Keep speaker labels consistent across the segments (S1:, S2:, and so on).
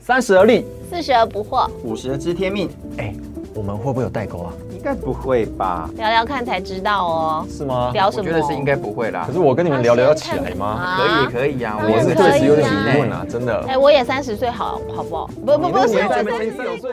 S1: 三十而立，
S2: 四十而不惑，
S3: 五十知天命，
S1: 哎，我们会不会有代沟啊？
S3: 应该不会吧？
S2: 聊聊看才知道哦。
S1: 是吗？
S2: 聊什
S3: 我
S2: 么？
S3: 觉得是应该不会啦
S1: 可。是我跟你们聊聊要起来吗？
S3: 可以可以啊，
S2: 当然
S1: 我
S3: 也
S1: 是
S2: 可以啊
S1: 确实有点疑问啊，真
S2: 哎、
S1: 的。
S2: 我也三十岁，好好不好？不不不是，
S1: 你那
S2: 我
S1: 年纪
S2: 三
S1: 没
S2: 十
S1: 三十岁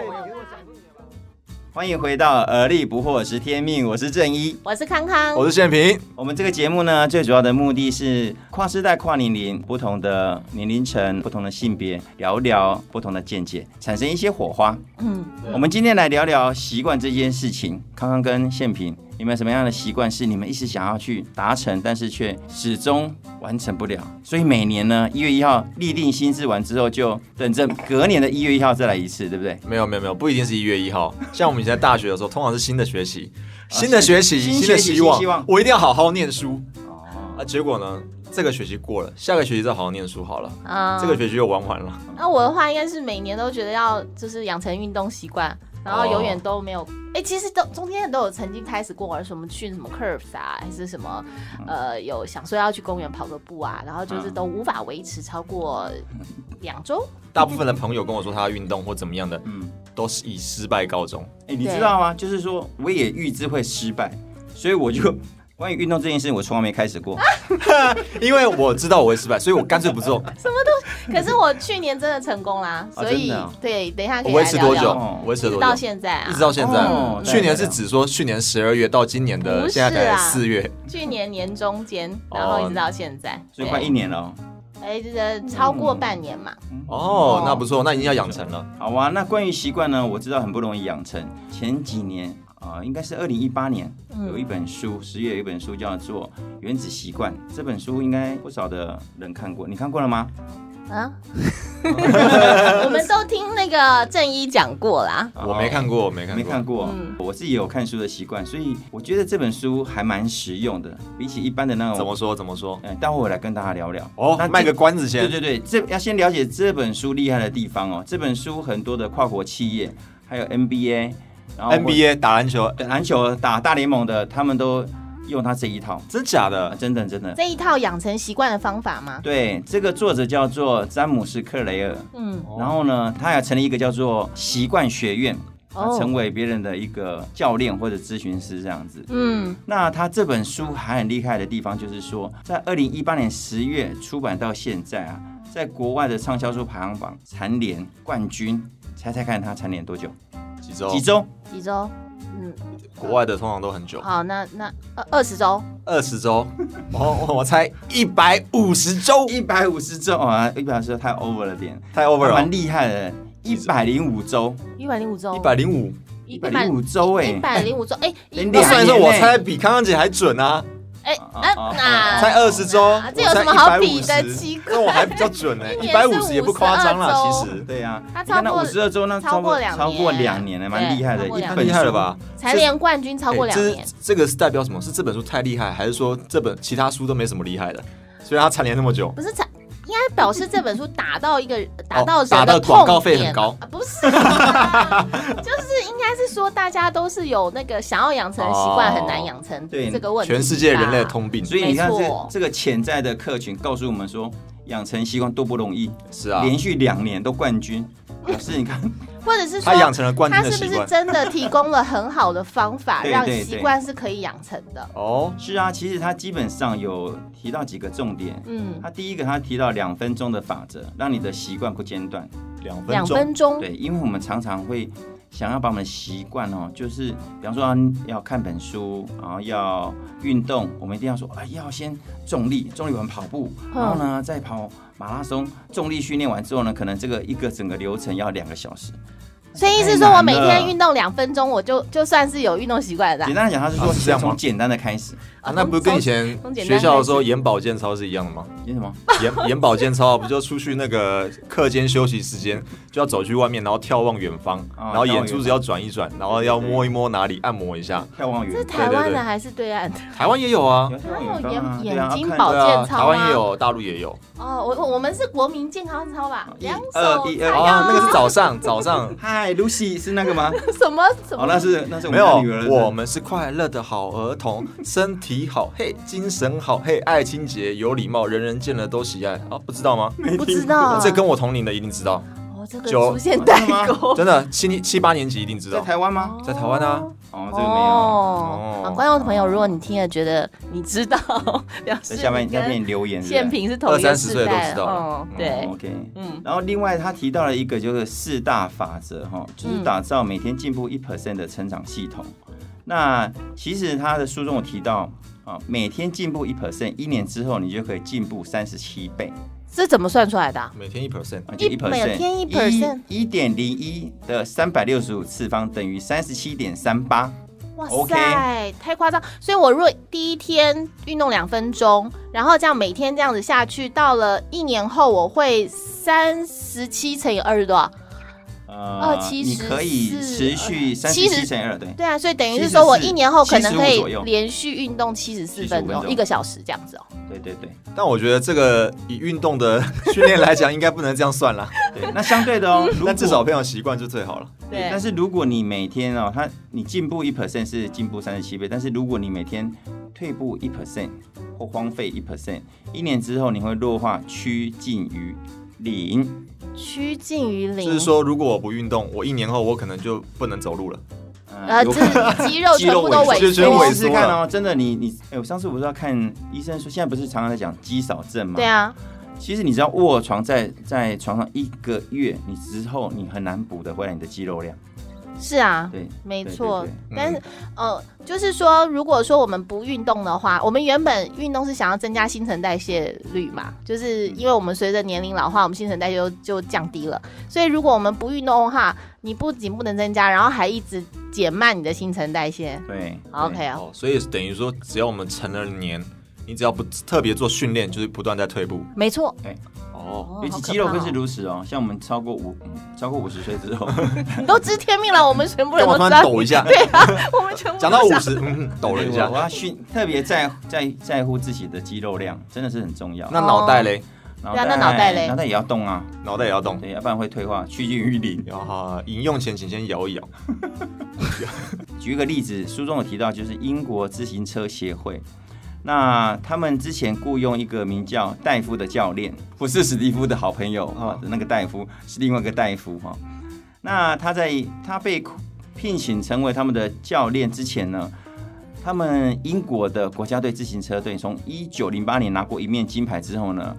S3: 欢迎回到《而立不惑知天命》，我是正一。
S2: 我是康康，
S4: 我是宪平，
S3: 我们这个节目呢，最主要的目的是跨世代、跨年龄、不同的年龄层、不同的性别，聊聊不同的见解，产生一些火花。
S2: 嗯，
S3: 我们今天来聊聊习惯这件事情。康康跟宪平，有没有什么样的习惯是你们一直想要去达成，但是却始终完成不了？所以每年呢，一月一号立定心智完之后，就等着隔年的一月一号再来一次，对不对？
S4: 没有没有没有，不一定是一月一号。像我们以前在大学的时候，通常是新的学期，新的学期，
S3: 新新学
S4: 的
S3: 期
S4: 希望，
S3: 新希望
S4: 我一定要好好念书
S3: 哦，
S4: 啊！结果呢，这个学期过了，下个学期再好好念书好了，
S2: 啊、
S4: 这个学期又玩完了。
S2: 那我的话应该是每年都觉得要就是养成运动习惯，然后永远都没有。哎、其实都中间都有曾经开始过，什么去什么 curves 啊，还是什么，呃，有想说要去公园跑个步啊，然后就是都无法维持超过两周。
S4: 大部分的朋友跟我说他要运动或怎么样的，
S3: 嗯，
S4: 都是以失败告终。
S3: 哎、你
S2: 对
S3: 知道吗？就是说，我也预知会失败，所以我就关于运动这件事，我从来没开始过。
S4: 因为我知道我会失败，所以我干脆不做。
S2: 可是我去年真的成功啦，所
S3: 真
S2: 以、
S3: 的啊
S2: 对，等一下可
S4: 我
S2: 以来
S4: 维持
S2: 聊
S4: 多
S2: 聊。
S4: 久
S3: 哦？
S4: 维持
S2: 一
S4: 了
S2: 直
S4: 多
S2: 到
S4: 久？
S2: 现在啊
S4: 一直，到现
S3: 哦
S4: 在，去年
S3: 对
S4: 是指说去年十二月到今年
S2: 不
S4: 的，
S2: 是
S4: 现在大概
S2: 啊
S4: 四月，
S2: 去年年中间，
S4: 哦
S2: 然后一直到现在，
S3: 所以快一
S2: 对
S3: 年了哦。
S2: 哎，就是超过半年嘛。
S4: 哦，那不错，那已经要养成了。
S3: 好啊，那关于习惯呢，我知道很不容易养成。前几年啊、呃应该是二零一八年，
S2: 嗯
S3: 有一本书，十月有一本书叫做《原子习惯》，这本书应该不少的人看过，你看过了吗？
S2: 啊， 我们都听那个正一讲过啦。
S4: 我没看过，我没
S3: 哦。
S4: 看
S3: 没
S4: 过。
S3: 看过，
S2: 嗯
S3: 我自己有看书的习惯，所以我觉得这本书还蛮实用的。比起一般的那
S4: 怎
S3: 种，
S4: 么说？怎么说？
S3: 嗯、待会我来跟大家聊聊。
S4: 哦，
S3: 那
S4: 卖个关子
S3: 对
S4: 先。
S3: 对对，这要先了解这本书厉害的地方哦。这本书很多的跨国企业，还有 NBA，然后或
S4: NBA 打篮球，
S3: 篮球打大联盟的，他们都用他这一套
S4: 真假
S3: 啊，
S4: 的？
S3: 真的真的。
S2: 这一套养成习惯的方法吗？
S3: 对，这个作者叫做詹姆斯·克雷尔，
S2: 嗯，
S4: 哦
S3: 然后呢，他也成立一个叫做习惯学院，
S4: 哦
S3: 他成为别人的一个教练或者咨询师这样子。
S2: 嗯，
S3: 那他这本书还很厉害的地方，就是说，在二零一八年十月出版到现在啊，在国外的畅销书排行榜蝉联冠军，猜猜看他蝉联多久？
S4: 几周？啊
S3: 几？周？
S2: 几周？嗯，
S4: 国外的通常都很久，
S2: 好，那那二二十周，
S4: 二十周。 哦，我猜一百五十周，
S3: 一百五十周啊，一百五十周太 over 了点，
S4: 太 over
S3: 他
S4: 了
S3: 蛮。厉害的，一百零五周，
S2: 一百零五周，
S4: 一百零五，
S3: 一百零五周哎，
S2: 一百零五周，哎，一
S3: 零
S4: 那
S3: 点
S4: 算一算，
S3: 两年
S4: 我
S3: 内
S4: 猜比康康姐还准啊，
S2: 哎，
S3: 啊
S2: 那
S3: 啊
S2: 那
S4: 猜二十周
S2: 啊，这有什么好比的奇
S4: 奇
S2: 怪
S4: 那我还比较准呢，
S2: 一
S4: 一
S2: 年
S4: 百
S2: 是
S4: 五十也不夸张啦，
S2: 52
S4: 其实。
S3: 对呀、
S2: 他
S3: 你看那
S2: 超过
S3: 五十二周呢，
S2: 超
S3: 超
S2: 过
S3: 过
S2: 两
S3: 超过
S2: 年
S3: 两年了，欸蛮
S2: 对
S3: 厉害的，
S2: 超过
S3: 一
S2: 两
S4: 太
S3: 本
S4: 厉害了
S3: 书？
S4: 吧？
S2: 蝉联冠军超过
S4: 哎
S2: 两
S4: 这
S2: 年
S4: 是，这个是代表什么？是这本书太厉害，还是说这本其他书都没什么厉害的？所以它蝉联那么久。
S2: 不是蝉。应该表示这本书打到一个打
S4: 哦
S2: 到人
S4: 打
S2: 的
S4: 到
S2: 痛
S4: 广告费
S2: 点
S4: 很高
S2: 啊不是啊， 就是应该是说大家都是有那个想要养成的习惯，
S4: 哦
S2: 很难养成，
S3: 对
S2: 这个问题吧，
S4: 全世界人类的通病，
S3: 所以你看
S2: 没
S3: 这
S2: 错
S3: 这个潜在的客群告诉我们说，养成习惯多不容易，
S4: 是啊，
S3: 连续两年都冠军，表示你看
S2: 或者是说
S4: 他养成了冠
S2: 他
S4: 军的
S2: 是
S4: 习
S2: 不是
S4: 惯。
S2: 真的提供了很好的方 法，
S3: 对
S2: 让
S3: 对
S2: 习
S3: 对
S2: 惯是可以养成的？
S4: 哦，
S3: 是啊，其实他基本上有提到几个重点。
S2: 嗯，
S3: 他第一个，他提到两分钟的法则，让你的习惯不间断。
S4: 两分
S2: 两
S4: 钟，啊
S2: 分钟，
S3: 对，因为我们常常会想要把我们的习惯哦，就是比方说啊要看本书，然后要运动，我们一定要说，哎，要先重力，重力完跑步，
S2: 嗯
S3: 然后呢再跑马拉松，重力训练完之后呢，可能这个一个整个流程要两个小时。
S2: 所以意思
S3: 太
S2: 说
S3: 难
S2: 我每
S3: 了
S2: 天运动两分钟，我就就算是有运动习惯的
S3: 简。单来讲，他是说
S4: 啊是这样吗
S3: 从简单的开始，
S4: 啊那不是跟以前
S2: 从从简单
S4: 学校的时候眼保健操是一样的吗？
S3: 有什么？
S4: 眼眼保健操啊不就出去那个课间休息时间就要走去外面，然后眺望远方，
S3: 啊
S2: 哦
S4: 然后眼珠子要转一转，然后要摸一摸哪里，按摩 一下。
S3: 眺望
S2: 这是
S3: 远，
S2: 台湾
S4: 对
S2: 的
S4: 对
S2: 还是对岸的？
S4: 台湾也有啊，
S3: 有眺望远方啊，
S2: 眼
S3: 对啊，
S2: 眼睛
S3: 要看
S2: 保
S4: 对
S2: 健
S4: 啊，
S2: 操吗
S4: 台湾也有，大陆也有。
S2: 哦，我我我们是国民健康操吧？
S3: 一
S2: 两
S3: 二
S2: 手
S3: 一
S2: 叉
S3: 二哎
S2: 腰
S4: 啊，那个是早上，早 上
S3: 嗨，Lucy 是那个吗？
S2: 什么什么？
S3: 哦，那是那是我
S4: 没
S3: 们家
S4: 有
S3: 女儿的，
S4: 我们是快乐的好儿童，身体好嘿，精神好嘿，爱清洁，有礼貌，人人见了都喜爱啊，不知道吗？
S2: 不知道啊
S3: 嗯
S4: 这跟我同龄的一定知道。
S2: 哦，这个
S4: 就
S2: 出现
S3: 啊
S2: 代
S3: 真的吗
S2: 沟，
S4: 真的七七八年级一定知
S3: 在
S4: 道，
S3: 台湾吗？
S4: 在台湾啊，
S3: 哦，这个没有。
S2: 哦
S3: 哦，
S2: 啊，观众朋友，如果你听了觉得你 知道，表
S3: 在
S2: 示
S3: 下面
S2: 你
S3: 下
S2: 跟
S3: 面留言是不是
S2: 宪平是同一个
S4: 二三十
S2: 世
S4: 岁都
S2: 代，
S4: 知道了
S2: 嗯，对
S3: 哦，，OK，
S2: 嗯，
S3: 然后另外他提到了一个就是四大法则哈，就是打造每天进步一 percent 的成长系统。那其实他的书中有提到啊，每天进步一 percent，一年之后你就可以进步三十七倍，
S2: 是怎么算出来的啊？
S4: 每天一 percent，
S3: 啊，就
S2: 一
S3: 一
S2: 每天
S3: percent，
S2: 1%
S3: 一一点零一的三百六十五次方等于三十七点三八。
S2: 哇
S3: OK
S2: 塞，太夸张！所以我若第一天运动两分钟，然后这样每天这样子下去，到了一年后，我会三十七乘以二十多少？
S3: 呃
S2: 27
S3: 你可以持续三十七
S2: 70
S3: 乘以二，对，
S2: 对啊，所以等于是说我一年后可能可
S3: 75
S2: 以
S3: 左右
S2: 连续运动七十四分
S3: 75分
S2: 钟，
S3: 钟
S2: 一个小时这样子哦。
S3: 对对对
S4: 但我觉得这个以运动的 训练来讲，应该不能这样 算啦。
S3: 对。那相对的哦，如果
S4: 但至少培养习惯就最好了。
S2: 对
S3: 但是如果你每天哦，它你进步一 percent 是进步三十七倍，但是如果你每天退步一 percent 或荒废一 percent，一年之后你会弱化趋近于零。
S2: 趋近于零，
S4: 就是说，如果我不运动，我一年后我可能就不能走路了。
S2: 呃，
S3: 有
S2: 这
S3: 可能
S2: 肌肉全部都
S4: 肌肉
S2: 萎
S4: 萎缩全
S3: 你
S4: 部
S2: 缩
S4: 萎缩。
S3: 试试看哦，真的你你，哎、我上次不是要看医生说，现在不是常常在讲肌少症吗？
S2: 对。啊，
S3: 其实你知道卧床在在床上一个月，你之后你很难补得回来你的肌肉量。
S2: 是啊，
S3: 对，
S2: 没
S3: 对
S2: 错
S3: 对，嗯
S4: 对
S2: 但是、呃，就是说，如果说我们不运动的话，我们原本运动是想要增加新陈代谢率嘛，就是因为我们随着年龄老化，我们新陈代谢就就降低了，所以如果我们不运动的话，你不仅不能增加，然后还一直减慢你的新陈代谢。
S3: 对对
S2: 好 OK 啊，
S4: 哦，所以等于说，只要我们成了年，你只要不特别做训练，就是不断在退步。
S2: 没错，
S4: 哦，
S2: 哦
S3: 尤其
S2: 好可
S3: 肌肉
S2: 怕
S3: 更是
S2: 哦
S3: 如此哦，像我们超过五、嗯超过五十岁之后，
S2: 你都知天命了，我们全部人
S4: 干嘛
S2: 都
S4: 突
S2: 知
S4: 然
S2: 道，
S4: 抖一下？
S2: 我们全部
S4: 讲到五十，嗯，抖了一
S3: 对
S4: 下
S3: 哎我我。要训特别在在在乎自己的肌肉量，真的是很重要。
S4: 那脑袋
S3: 哦
S4: 嘞？
S3: 脑
S2: 对啊那脑袋嘞
S3: 脑袋也要动啊，
S4: 脑袋也要动。
S3: 对，要不然会退化，趋近于零。
S4: 然后饮用前请先摇一摇。
S3: 举一个例子，书中有提到，就是英国自行车协会，那他们之前雇佣一个名叫戴夫的教练，不是史蒂夫的好朋友啊
S4: 哦，
S3: 那个戴夫是另外一个戴夫哈。那他在他被聘请成为他们的教练之前呢，他们英国的国家队自行车队从一九零八年拿过一面金牌之后呢，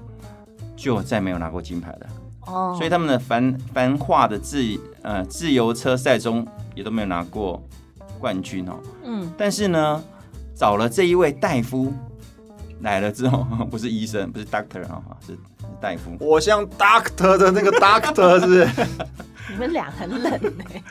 S3: 就再没有拿过金牌了。
S2: 哦，
S3: 所以他们的繁繁华的自呃自由车赛中也都没有拿过冠军哦。
S2: 嗯，
S3: 但是呢，找了这一位大夫来了之后， 不是医生，不是 doctor 啊、是是大夫。
S4: 我像 doctor 的那个 doctor 是不是
S2: 你们俩很冷欸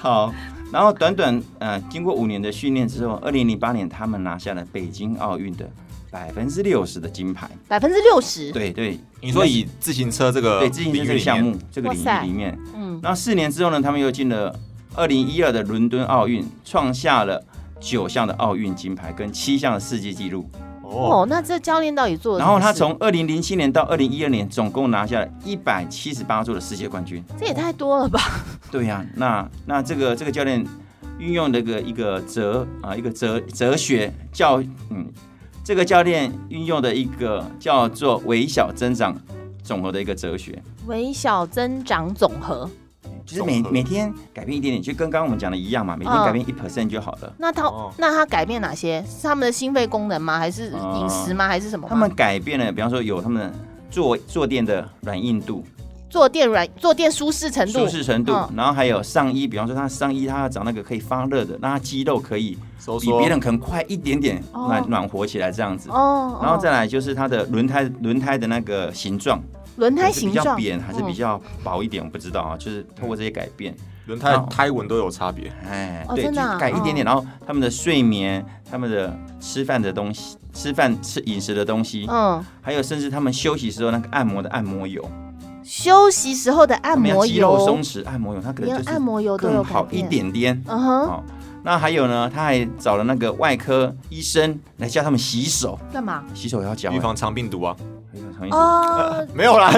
S3: 好，然后短短呃经过五年的训练之后，二零零八年他们拿下了北京奥运的百分之六十的金牌。
S2: 百分之六十，
S3: 对对，
S4: 你说以自行车这个
S3: 对自行车
S4: 领
S3: 这
S4: 域呃里
S3: 个
S4: 面
S3: 项目这个
S2: 哇
S3: 领
S2: 塞
S3: 域里面，
S2: 嗯，
S3: 然后四年之后呢，他们又进了二零一二的伦敦奥运，创下了九项的奥运金牌跟七项的世界纪录。
S4: 哦，
S2: 哦，那这教练到底做了
S3: 然
S2: 什么
S3: 后他
S2: 事
S3: 从二零零七年到二零一二年，总共拿下了一百七十八座的世界冠军。
S2: 这也太多了吧？
S3: 对呀、那那这个这个教练运用那个一个哲啊、一个哲哲学教嗯，这个教练运用的一个叫做微小增长总和的一个哲学。
S2: 微小增长总和。
S3: 就是每
S4: 总和
S3: 每天改变一点点，就跟刚刚我们讲的一样嘛，每天
S2: 嗯
S3: 改变一 percent 就好了。
S2: 那他、
S4: 哦
S2: 那他改变哪些？是他们的心肺功能吗？还是
S3: 哦
S2: 饮食吗？还是什么吗？
S3: 他们改变了，比方说有他们的坐坐垫的软硬度、
S2: 坐垫软坐垫舒适程度
S3: 舒适程度，
S2: 嗯
S3: 然后还有上衣，比方说他上衣他要找那个可以发热的，让他肌肉可以
S4: 收
S3: 比
S4: 缩
S3: 别人可能快一点点
S2: 哦
S3: 暖、暖和起来这样子。
S2: 哦，
S3: 然后再
S2: 哦
S3: 来就是它的轮胎轮胎的那个形状，
S2: 轮胎
S3: 是比
S2: 形
S3: 较
S2: 状
S3: 扁还是比
S2: 嗯
S3: 较薄一点，我不知道啊。就是透过这些改变，
S4: 轮胎胎纹都有差别。
S3: 哎，
S2: 哦
S3: 对，
S2: 真的啊
S3: 就是改一点点，然后他们的睡眠、他们的吃饭的东西、吃饭吃饮食的东西，
S2: 嗯
S3: 还有甚至他们休息时候那个按摩的按摩油，
S2: 休息时候的按
S3: 怎么样
S2: 摩
S3: 肌肉
S2: 油
S3: 松，弛按摩油，它可能
S2: 连
S3: 就是
S2: 按摩油都有
S3: 更
S2: 改
S3: 好一
S2: 变。
S3: 点点。
S2: 嗯哼，
S3: 哦，那还有呢，他还找了那个外科医生来教他们洗手，
S2: 干嘛？
S3: 洗手也要教
S4: 预防肠病毒啊，
S3: 哎很有意思
S2: 哦，
S4: 没有啦，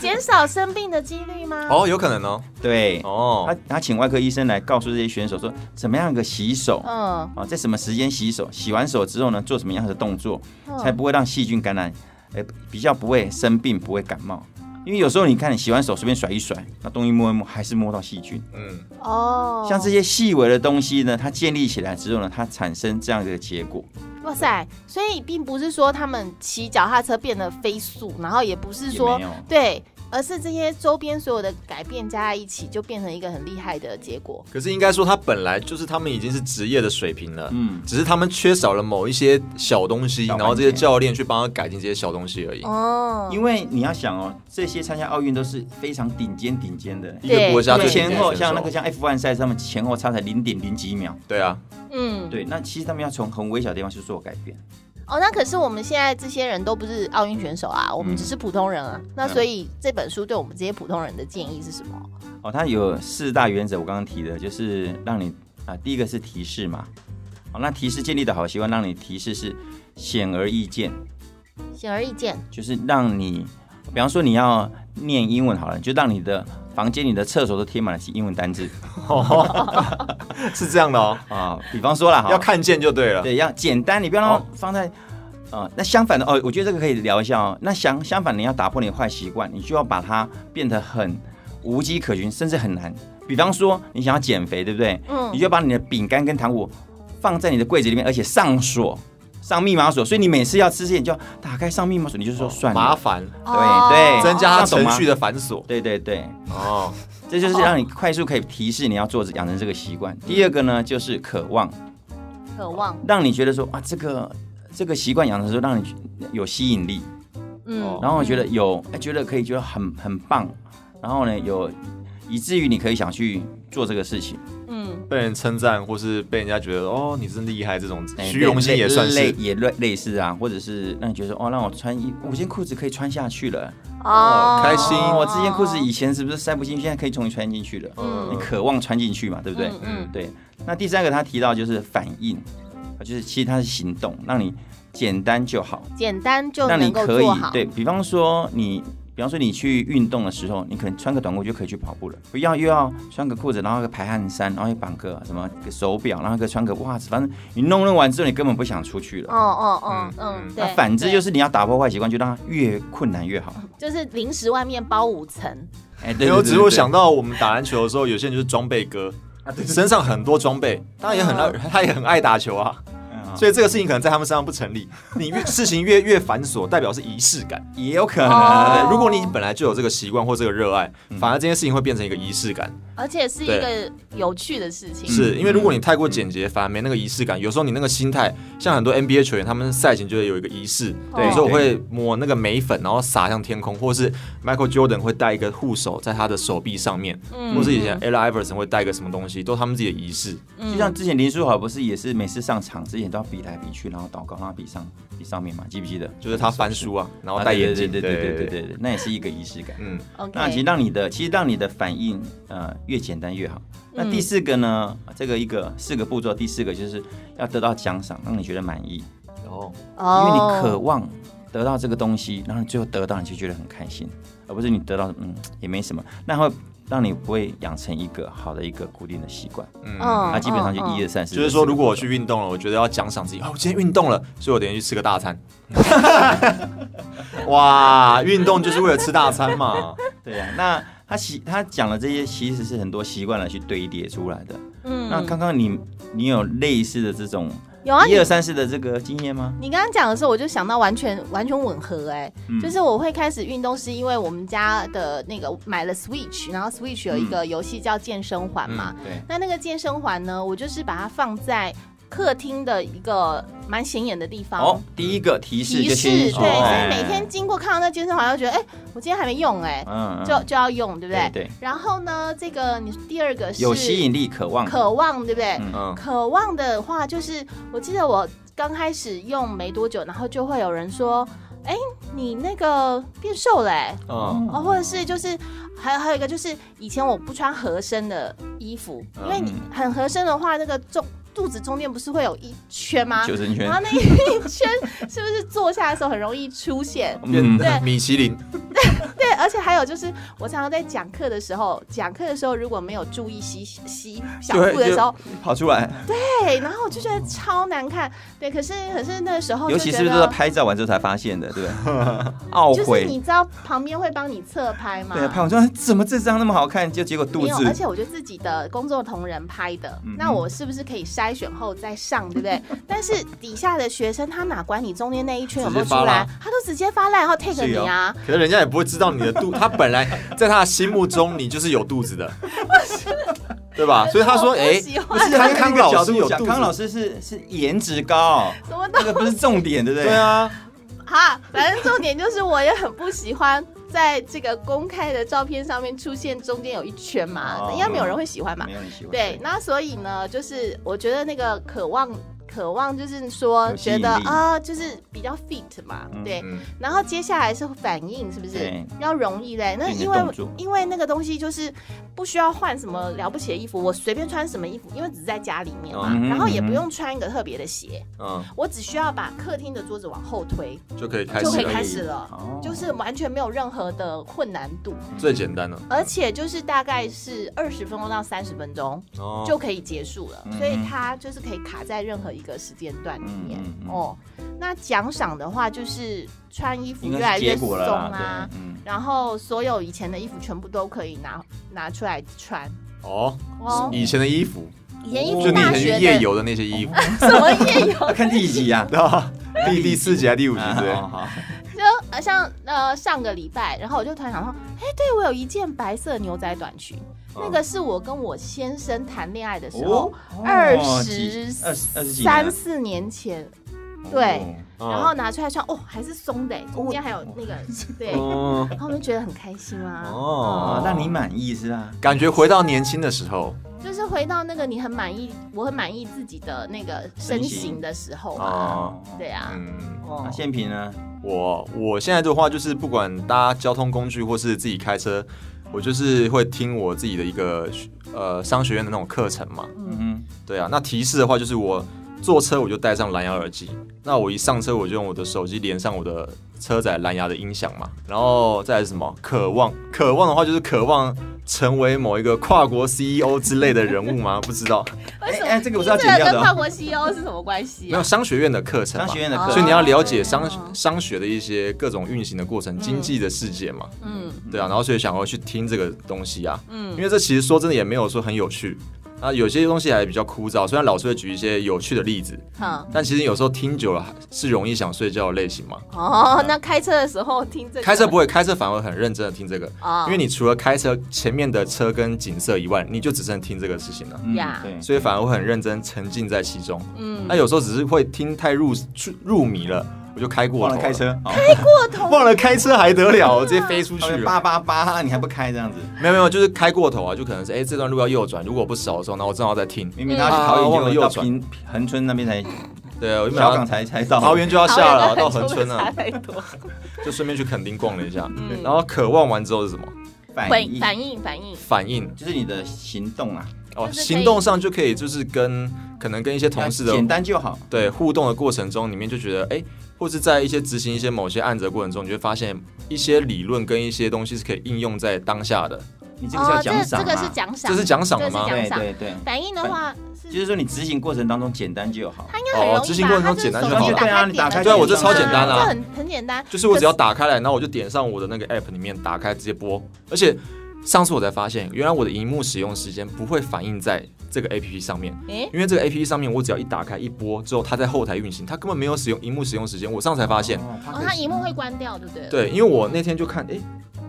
S2: 减少生病的几率吗？
S4: 哦，有可能哦，
S3: 对，他
S4: 哦，
S3: 他请外科医生来告诉这些选手说怎么样一个洗手。
S2: 嗯，
S3: 啊，在什么时间洗手？洗完手之后呢，做什么样的动作，
S2: 嗯
S3: 才不会让细菌感染？呃，比较不会生病，不会感冒。因为有时候你看你洗完手随便甩一甩，那东西摸一摸还是摸到细菌。
S4: 嗯，
S2: 哦，
S3: 像这些细微的东西呢，它建立起来之后呢，它产生这样的结果。
S2: 哇塞，所以并不是说他们骑脚踏车变得飞速，然后也不是
S3: 也
S2: 说
S3: 没有
S2: 对，而是这些周边所有的改变加在一起，就变成一个很厉害的结果。
S4: 可是应该说他本来就是他们已经是职业的水平了，
S3: 嗯，
S4: 只是他们缺少了某一些小东西，
S3: 小
S4: 然后这些
S3: 环节
S4: 教练去帮他改进这些小东西而已。
S2: 哦，
S3: 因为你要想哦，这些参加奥运都是非常顶尖顶尖的。
S4: 一个国家
S2: 对
S4: 啊最顶尖
S3: 前
S4: 的
S3: 后
S4: 选
S3: 像那
S4: 手
S3: 个像 F1 赛，他们前后差才零点零几秒。
S4: 对啊，
S2: 嗯，
S3: 对，那其实他们要从很微小的地方去做改变。
S2: 哦，那可是我们现在这些人都不是奥运选手啊，我们
S3: 嗯
S2: 只是普通人啊。那
S3: 嗯
S2: 所以这本书对我们这些普通人的建议是什么？
S3: 哦，它有四大原则，我刚刚提的，就是让你啊，第一个是提示嘛。好，那提示建立的好习惯，让你提示是显而易见，
S2: 显而易见，
S3: 就是让你，比方说你要念英文好了，就让你的房间里的厕所都贴满了英文单字
S4: 是这样的哦，
S3: 啊、比方说啦，哈
S4: 要看见就对了。
S3: 对，要简单，你不要让
S4: 好
S3: 它放在。呃，那相反的哦，我觉得这个可以聊一下哦。那相相反，你要打破你的坏习惯，你就要把它变得很无迹可寻，甚至很难。比方说，你想要减肥，对不对？
S2: 嗯
S3: 你就把你的饼干跟糖果放在你的柜子里面，而且上锁，上密码锁。所以你每次要吃之前，你就要打开上密码锁，你就说算
S4: 哦麻
S3: 了。
S4: 烦，
S2: 哦
S3: 对
S4: 增加他
S3: 这样懂
S4: 程
S3: 吗
S4: 序的繁琐
S3: 对对对，
S4: 哦。
S3: 这就是让你快速可以提示你要做养成这个习惯。第二个呢，就是渴望。
S2: 渴望，
S3: 让你觉得说啊，这个这个习惯养成之后，让你有吸引力，
S2: 嗯
S4: 哦，
S3: 然后觉得有，哎，觉得可以，觉得很很棒，然后呢，有以至于你可以想去做这个事情，
S2: 嗯，
S4: 被人称赞，或是被人家觉得哦你真厉害，这种
S3: 哎
S4: 虚荣心
S3: 类
S4: 也算
S3: 类
S4: 是
S3: 也类类似啊，或者是让你觉得说哦，让我穿衣，我这件裤子可以穿下去了，
S4: 哦开心
S3: 哦，我这件裤子以前是不是塞不进去，现在可以终于穿进去了，
S2: 嗯
S3: 你渴望穿进去嘛，对不对？
S2: 嗯嗯
S3: 对。那第三个他提到就是反应，啊就是其实它是行动，让你简单就好。
S2: 简单就
S3: 嗯让你
S2: 能够
S3: 可以
S2: 做好，
S3: 对比方说你，比方说你去运动的时候，你可能穿个短裤就可以去跑步了，不要又要穿个裤子，然后个排汗衫，然后又绑个什么个手表，然后个穿个袜子，反正你弄弄完之后，你根本不想出去
S2: 哦
S3: 了。
S2: 哦哦
S4: 嗯
S2: 嗯，
S4: 嗯
S2: 对
S3: 那，反之就是是你要打破坏习惯，就让它越困难 越好。
S2: 就是零食外面包五层，
S3: 哎，对
S4: 没
S3: 对
S4: 有，
S3: 对
S4: 只是我
S3: 对
S4: 想到我们打篮球的时候，有些人就是装备哥，
S2: 啊
S4: 身上很多装备，当然也很爱，他也很爱打球啊。
S3: 嗯
S4: 所以这个事情可能在他们身上不成立。你越事情越越繁琐，代表是仪式感。
S3: 也有可
S2: 哦
S3: 能。啊
S4: 对，如果你本来就有这个习惯或这个热爱，
S3: 嗯
S4: 反而这件事情会变成一个仪式感。
S2: 而且是一个有趣的事情，
S4: 是因为如果你太过
S3: 嗯
S4: 简洁，反而没那个仪式感。有时候你那个心态，像很多 NBA 球员，他们赛前就会有一个仪式，
S2: 对
S4: 有时候我会抹那个眉粉，然后撒向天空，或是 Michael Jordan 会戴一个护手在他的手臂上面，
S2: 嗯
S4: 或是以前 L Iverson 会戴一个什么东西，都是他们自己的仪式。
S2: 嗯
S3: 就像之前林书豪不是也是每次上场之前都要比来比去，然后祷告，让他比上比上面嘛，记不记得？
S4: 就是他翻书啊，然后
S3: 啊
S4: 戴
S3: 对
S4: 眼镜，
S3: 对对对对对对，那也是一个仪式感。
S4: 嗯，
S3: 那其实
S2: OK，
S3: 让你的，其实让你的反应呃越简单越好。那第四个呢？这个一个四个步骤，第四个就是要得到奖赏，让你觉得满意，
S4: 哦，
S3: 因为你
S2: 哦
S3: 渴望得到这个东西，然后你最后得到，你就觉得很开心，而不是你得到嗯也没什么，那会让你不会养成一个好的一个固定的习惯。
S4: 嗯
S2: 嗯
S3: 那基本上就
S2: 嗯
S3: 一二三四，
S4: 就是说，如果我去运动了，我觉得要奖赏自己。哦，我今天运动了，所以我等一下去吃个 大餐。哇，运动就是为了吃大餐 嘛。
S3: 对呀、那他习他讲的这些其实是很多习惯来去堆叠出来的。
S2: 嗯
S3: 那刚刚你你有类似的这种
S2: 有啊，
S3: 一
S2: 你
S3: 二三四的这个经验吗？
S2: 你刚刚讲的时候，我就想到完全完全吻合哎、
S3: 嗯
S2: 就是我会开始运动，是因为我们家的那个买了 Switch，然后 Switch 有一
S3: 嗯
S2: 个游戏叫健身环嘛，
S4: 嗯
S3: 对。
S2: 那那个健身环呢，我就是把它放在客厅的一个蛮显眼的地方。
S3: 哦，第一个提示
S2: 提
S3: 就
S2: 示
S3: 先
S2: 对，
S3: 说
S2: 所以
S3: 哎
S2: 每天经过看到那健身环，就觉得哎、我今天还没用哎、
S3: 嗯嗯
S2: 就就要用，对不对？
S3: 对对
S2: 然后呢，这个你第二个是
S3: 有吸引力、渴望，
S2: 渴望，对不对？
S3: 嗯
S4: 嗯，
S2: 渴望的话，就是我记得我刚开始用没多久，然后就会有人说：“哎、你那个变瘦了、欸。”
S4: 嗯，
S2: 哦，或者是就是，还有还有一个就是，以前我不穿合身的衣服，
S3: 嗯
S2: 因为你很合身的话，那个中肚子中间不是会有一圈吗？
S3: 九成圈
S2: 然，后那一圈是不是坐下的时候很容易出现？
S3: 嗯
S4: 变米其林，
S2: 对，而且还有就是，我常常在讲课的时候，讲课的时候如果没有注意吸吸小腹的时候，
S3: 跑出来，
S2: 对，然后我就觉得超难看。对，可是可是那时候
S3: 尤
S2: 就
S3: 其
S2: 觉
S3: 是不是在
S2: 得，
S3: 拍照完之后才发现的，对不 对？懊
S2: 就是你
S3: 悔，
S2: 知道旁边会帮你侧拍吗？
S3: 对，啊拍完之后怎么这张那么好看，就结果肚
S2: 没有，而
S3: 子
S2: 且我觉得自己的工作同仁拍的，
S3: 嗯
S2: 那我是不是可以筛选后再上，对不对？但是底下的学生他哪管你中间那一圈有没有
S4: 直
S2: 出
S4: 接发
S2: 来
S4: 啦，
S2: 他都直接发烂，然后 take
S3: 是
S2: 你
S3: 哦
S2: 啊，
S4: 可是人家也不会知道你的 肚，他本来在他的心目中你就是有肚子的，对
S3: 哦啊
S4: 吧？所以他说，
S2: 我不
S4: 哎，
S2: 喜欢
S4: 不是康康老师有肚子，
S3: 康老师是是颜值高，
S2: 怎么都
S3: 那个不是重点，对不对？
S4: 对啊，
S2: 哈，反正重点就是我也很不喜欢在这个公开的照片上面出现中间有一圈嘛，
S3: 哦
S2: 应该没有人会喜欢嘛
S3: 没。有人喜欢。
S2: 对，那所以呢，就是我觉得那个渴望。渴望就是说，
S3: 有吸
S2: 觉
S3: 引
S2: 得
S3: 力
S2: 啊、就是比较 fit 嘛，
S3: 嗯
S2: 对。
S4: 嗯，
S2: 然后接下来是反应，是不是
S3: 对
S2: 要容易嘞？那
S3: 对你的
S2: 因为
S3: 动作
S2: 因为那个东西就是不需要换什么了不起的衣服，我随便穿什么衣服，因为只在家里面嘛，
S3: 嗯
S2: 然后也不
S3: 嗯
S2: 用穿一个特别的鞋，
S4: 嗯，
S2: 我只需要把客厅的桌子往后推，
S4: 就可以开
S2: 就
S4: 始
S2: 可以
S4: 了，
S2: 开始了，
S3: 哦
S2: 就是完全没有任何的困难度，
S4: 最简单了，
S2: 而且就是大概是二十分钟到三十分钟
S4: 哦，
S2: 就可以结束了，
S3: 嗯
S2: 所以它就是可以卡在任何一个时间段里面
S3: 嗯嗯嗯
S2: 哦。那奖赏的话，就是穿衣服
S3: 应
S2: 越
S3: 该
S2: 来
S3: 是
S2: 越
S3: 结
S2: 松
S3: 果了
S2: 啊
S3: 啦，。对，嗯，
S2: 然后所有以前的衣服全部都可以拿拿出来穿
S4: 哦，
S2: 哦。
S4: 以前的衣服，
S2: 以前衣
S4: 就
S2: 服
S4: 你
S2: 大
S4: 很
S2: 哦学
S4: 夜
S2: 的
S4: 游的那些衣服，
S2: 什么夜游，
S3: 看第几 啊？
S4: 对吧？第第四集还是第五集之类的，
S3: 哦好好，
S2: 就呃像呃上个礼拜，然后我就突然想到，哎，对我有一件白色牛仔短裙，
S3: 嗯
S2: 那个是我跟我先生谈恋爱的时候，二十
S3: 二十二十哦几啊
S2: 三四年前，对
S4: 嗯
S2: 然后拿出来穿，哦，还是松的，中间还有那个，对，然
S4: 哦，
S2: 后我就觉得很开心啊。
S4: 哦
S3: 哦，让你满意是吧？
S4: 感觉回到年轻的时候，
S2: 嗯就是回到那个你很满意，我很满意自己的那个身形的时候啊，
S4: 哦，
S2: 对啊，
S4: 嗯。
S2: 哦
S3: 那，宪平呢？
S4: 我我现在的话就是不管搭交通工具或是自己开车，我就是会听我自己的一个呃商学院的那种课程嘛。
S3: 嗯
S4: 对啊，那提示的话就是我坐车我就戴上蓝牙耳机，那我一上车我就用我的手机连上我的车载蓝牙的音响嘛。然后再来是什么？渴望，渴望的话就是渴望成为某一个跨国 CEO 之类的人物吗？不知道，
S2: 为什
S3: 哎
S2: 么？
S3: 哎这个我是要
S2: 这
S3: 剪
S2: 个
S3: 掉的
S2: 跟
S3: 哦
S2: 跨国 CEO 是什么关系
S4: 没
S2: 啊
S4: 有？商学院的课程嘛
S3: 商学。院的课，
S4: 所以你要了解
S2: 哦
S4: 商商学的一些各种运行的过程，经济的世界嘛。
S2: 嗯
S4: 对啊，然后所以想要去听这个东西啊，因
S2: 嗯
S4: 为这其实说真的也没有说很有趣啊，有些东西还比较枯燥。虽然老师会举一些有趣的例子，
S2: 好。
S4: 但其实有时候听久了是容易想睡觉的类型嘛。
S2: 哦，那开车的时候听这个，
S4: 开车不会，开车反而很认真的听这个，
S2: 啊
S4: 因为你除了开车前面的车跟景色以外，你就只剩听这个事情了，
S3: 嗯
S2: 呀
S3: 对，
S4: 所以反而会很认真沉浸在其中。
S2: 嗯
S4: 那有时候只是会听太入入迷了，我就开过
S3: 忘
S4: 头
S3: 了
S4: 了
S3: 哦开，车，好
S2: 不同
S4: 忘了开车还得了，我直接飞出去
S3: 他们
S4: 了。
S3: 八八八，你还不开这样子？
S4: 没有没有，就是开过头啊，就可能是哎、这段路要右转，如果我不熟的时候，那我正好在听，
S3: 明明他去桃
S4: 啊忘了
S3: 园，就
S4: 右
S3: 到
S4: 转
S3: 平恒春那边才，
S4: 对，我就
S3: 小港
S4: 想
S3: 才才到
S4: 桃园就要下了，到
S2: 桃
S4: 啊恒
S2: 园
S4: 春
S2: 跟差
S4: 了，
S2: 太多。
S4: 就顺便去垦丁逛了一下。
S2: 嗯
S4: 然后渴望完之后是什么？
S3: 反
S2: 反
S3: 应，
S2: 反应反应，
S4: 反应
S3: 就是你的行动啊，
S4: 哦，
S2: 就是可以
S4: 行动上就可以，就是跟可能跟一些同事的
S3: 简单就好。
S4: 对互动的过程中，里面就觉得哎、或是在一些执行一些某些案子的过程中，你就会发现一些理论跟一些东西是可以应用在当下的，
S3: 你这个叫，
S2: 哦
S3: 奖赏
S2: 这
S3: 嘛
S2: 个是奖赏，
S4: 这是奖赏了吗
S2: 这？是
S3: 对
S2: 奖赏
S3: 对对，
S2: 反应的话是
S3: 就是说你执行过程当中简单就好。
S2: 它应该很容易吧？
S4: 哦执行过程中简单就
S2: 它就是
S4: 好了
S2: 手机
S3: 对啊你
S2: 打
S3: 打开
S2: 开点了就行了，
S4: 对啊我这超简单啊
S2: 这很很简单。
S4: 就是我只要打开来，然后我就点上我的那个 app 里面打开直接播。而且上次我才发现，原来我的荧幕使用时间不会反映在这个 app 上面，
S2: 诶，
S4: 因为这个 app 上面我只要一打开一播之后，它在后台运行，它根本没有使用荧幕使用时间。我上次才发现，
S3: 哦，
S2: 哦，它荧幕会关掉，对不对？，
S4: 对，因为我那天就看，诶，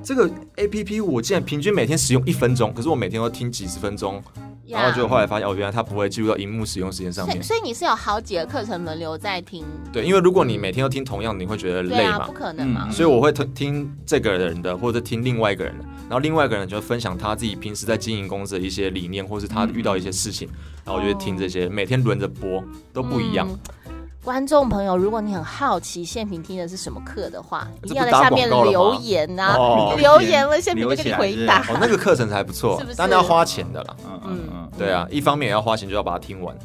S4: 这个 app 我竟然平均每天使用一分钟，可是我每天都听几十分钟，然后就后来发现哦，原来它不会记录到荧幕使用时间上
S2: 所以
S4: 面。
S2: 所以你是有好几个课程轮流在听，
S4: 对，因为如果你每天都听同样的，你会觉得
S2: 对
S4: 累
S2: 啊，
S4: 嘛
S2: 不。可能嘛
S3: 嗯。
S4: 所以我会听听这个人的，或者听另外一个人的，然后另外一个人就分享他自己平时在经营公司的一些理念，或是他遇到一些事情，然后我就会听这些，每天轮着播都不一样。
S2: 嗯观众朋友，如果你很好奇现评听的是什么课的话，一
S4: 这
S2: 定要
S4: 不
S2: 在
S4: 打
S2: 下
S4: 广
S2: 面
S4: 告了吗
S2: 留言呐、
S4: 哦
S2: 留言了，现评就
S3: 留
S2: 给
S3: 起
S2: 你
S3: 来
S2: 回答。
S4: 哦，那个课程还不错
S2: 是不是，
S4: 但那要花钱的啦。
S3: 嗯嗯嗯，
S4: 对啊，一方面也要花钱，就要把它听完。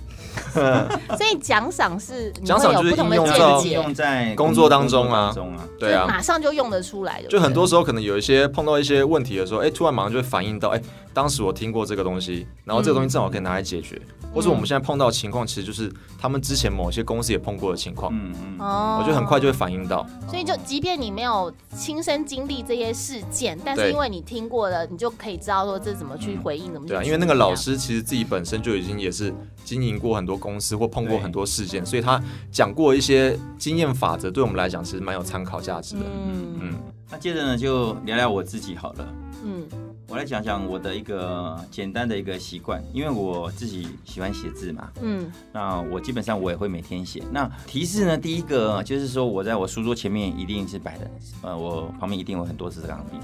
S2: 所以奖赏是你
S4: 奖
S2: 会
S4: 赏
S2: 有
S4: 就是
S2: 不同的
S4: 应用
S2: 见
S4: 到
S2: 解，
S3: 用在
S4: 工作当中啊
S3: 工作当中啊，
S4: 对
S2: 就是
S4: 啊，
S2: 马上就用得出来，对不对
S4: 就很多时候可能有一些碰到一些问题的时候，哎，突然马上就会反应到，哎，当时我听过这个东西，然后这个
S2: 嗯
S4: 东西正好可以拿来解决，或是我们现在碰到的情况，其实就是他们之前某些公司也碰过的情况，
S3: 嗯嗯，
S2: 哦
S4: 我就很快就会反应到。
S2: 所以就即便你没有亲身经历这些事件，但是
S4: 对
S2: 因为你听过了，你就可以知道说这怎么去回应，怎么去
S4: 对啊，
S2: 处
S4: 因为那个
S2: 理
S4: 老
S2: 啊
S4: 师其实自己本身就已经也是经营过很多公司或碰过
S3: 对
S4: 很多事件，所以他讲过一些经验法则，对我们来讲其实蛮有参考价值的。
S2: 嗯
S4: 嗯，
S3: 那接着呢就聊聊我自己好了。
S2: 嗯
S3: 我来讲讲我的一个简单的一个习惯，因为我自己喜欢写字嘛，
S2: 嗯
S3: 那我基本上我也会每天写。那提示呢，第一个就是说我在我书桌前面一定是摆的，呃，我旁边一定有很多支钢笔，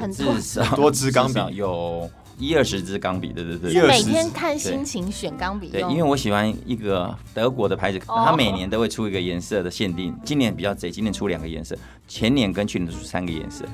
S2: 很多
S3: 至少
S4: 多支钢笔
S3: 至少有一二十支钢笔，对对对，
S4: 一二
S2: 每
S4: 十
S2: 天看心情选钢笔
S3: 对，
S2: 用，
S3: 因为我喜欢一个德国的牌子，
S2: 哦
S3: 它每年都会出一个颜色的限定，今年比较贼，今年出两个颜色，前年跟去年出三个颜色。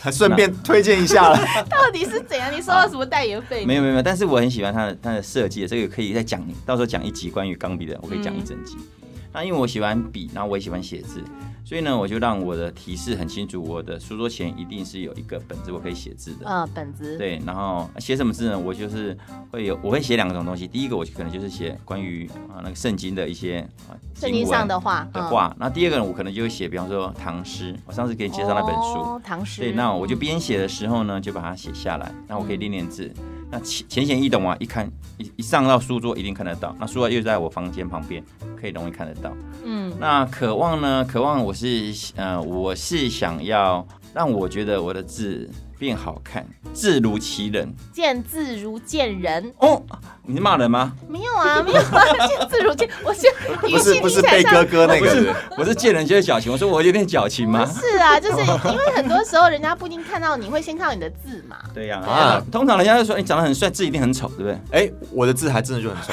S4: 还顺便推荐一下 了。
S2: 到底是怎样？你收到什么代言费？
S3: 没有没有没有，但是我很喜欢它的它的设计，这个可以再讲，到时候讲一集关于钢笔的，我可以讲一整集。
S2: 嗯
S3: 那因为我喜欢笔，然后我也喜欢写字，所以呢，我就让我的提示很清楚，我的书桌前一定是有一个本子，我可以写字的。
S2: 呃，本子
S3: 对，然后写什么字呢？我就是会有，我会写两种东西。第一个，我可能就是写关于啊那个圣经的一些啊
S2: 圣
S3: 经
S2: 经
S3: 文
S2: 上的话嗯
S3: 的话，那第二个呢，我可能就会写，比方说唐诗，我上次给你介绍那本书，
S2: 哦唐诗。
S3: 对，那我就编写的时候呢，就把它写下来，那我可以练练字。那浅浅显易懂啊，一看一一上到书桌一定看得到。那书桌又在我房间旁边，可以容易看得到。
S2: 嗯
S3: 那渴望呢？渴望我是呃，我是想要让我觉得我的字变好看，字如其人。
S2: 见字如见人，
S3: 哦，你是骂人 吗？
S2: 没有啊，没有啊， 见字如见，我是语
S4: 不是
S2: 气
S4: 不
S2: 听起
S4: 是
S2: 来
S4: 被
S2: 像
S4: 哥哥那个人，
S3: 我是见人就会矫情，我说我有点矫情吗？
S2: 是啊，就是因为很多时候人家不一定看到你，会先看到你的字嘛。
S3: 对呀、
S4: 啊
S3: 通常人家就说你哎长得很帅，字一定很丑，对不对？
S4: 哎、我的字还真的就很丑。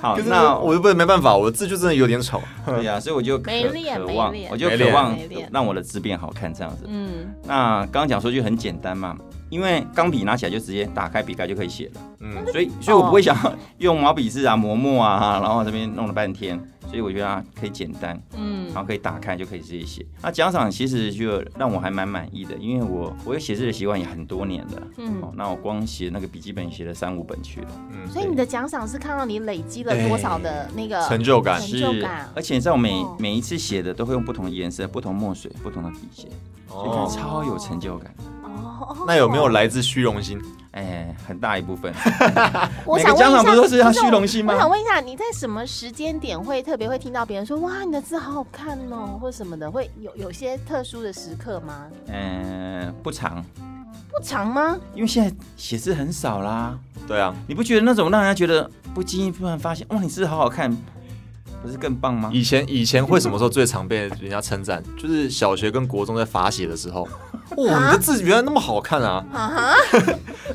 S3: 好，
S4: 可是
S3: 那
S4: 我我又不没办法，我的字就真的有点丑。
S3: 对呀、所以我就渴
S2: 没练
S3: 渴
S2: 没
S3: 望
S2: 练，
S3: 我就
S4: 没
S3: 渴
S4: 练
S3: 望
S2: 没练
S3: 让我的字变好看这样子。
S2: 嗯，
S3: 那刚刚讲说就很简单嘛，因为钢笔拿起来就直接打开笔盖就可以写了，
S4: 嗯，
S3: 所以所以我
S2: 哦
S3: 不会想要用毛笔字啊、磨墨啊，然后这边弄了半天，所以我觉得它可以简单，
S2: 嗯
S3: 然后可以打开就可以直接写。那奖赏其实就让我还蛮满意的，因为我我有写字的习惯也很多年了，
S2: 嗯
S3: 哦，那我光写那个笔记本写了三五本去了。
S2: 所以你的奖赏是看到你累积了多少的那个
S4: 成就感
S2: 成
S3: 是哎
S2: 就感，
S3: 而且你知道我每、
S2: 哦
S3: 每一次写的都会用不同的颜色、不同的墨水、不同的笔写，所以看
S4: 哦，
S3: 超有成就感。
S2: 哦。
S4: 那有没有？来自虚荣心？
S3: 哎，很大一部分。
S2: 我
S3: 每个
S2: 想问
S3: 家
S2: 一
S3: 长
S2: 下，
S3: 不都是要
S2: 不
S3: 虚荣心吗
S2: 我想问一下，你在什么时间点会特别会听到别人说“哇，你的字好好看 哦”或什么的？会有有些特殊的时刻吗？
S3: 嗯，不长，
S2: 不长吗？
S3: 因为现在写字很少啦。
S4: 对啊，
S3: 你不觉得那种让人家觉得不经意突然发现，哇，你字好好看，不是更棒吗？
S4: 以前以前会什么时候最常被人家称 赞？就是小学跟国中在罚写的时候，哇，你的字原来那么好看啊！
S2: 啊哈，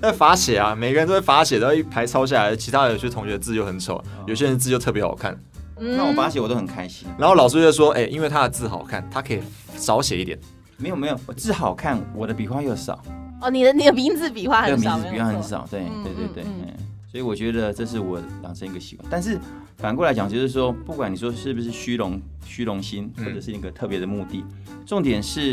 S4: 在罚写啊，每个人都会罚写，然后一排抄下来，其他有些同学字就很丑，有些人字就特别好看。
S3: 那我
S2: 嗯，
S3: 发写我都很开心。
S4: 然后老师就说，哎、因为他的字好看，他可以少写一点。
S3: 没有没有，我字好看，我的笔画又少，
S2: 哦，你的 你的名字笔画
S3: 对，
S2: 啊很
S3: 名
S2: 少，
S3: 字笔
S2: 没有
S3: 画很
S2: 错。
S3: 少，对
S2: 嗯
S3: 对对
S2: 嗯
S3: 对。
S2: 嗯
S3: 嗯所以我觉得这是我养成一个习惯，但是反过来讲，就是说，不管你说是不是虚荣、虚荣心，或
S4: 嗯
S3: 者是一个特别的目的，重点是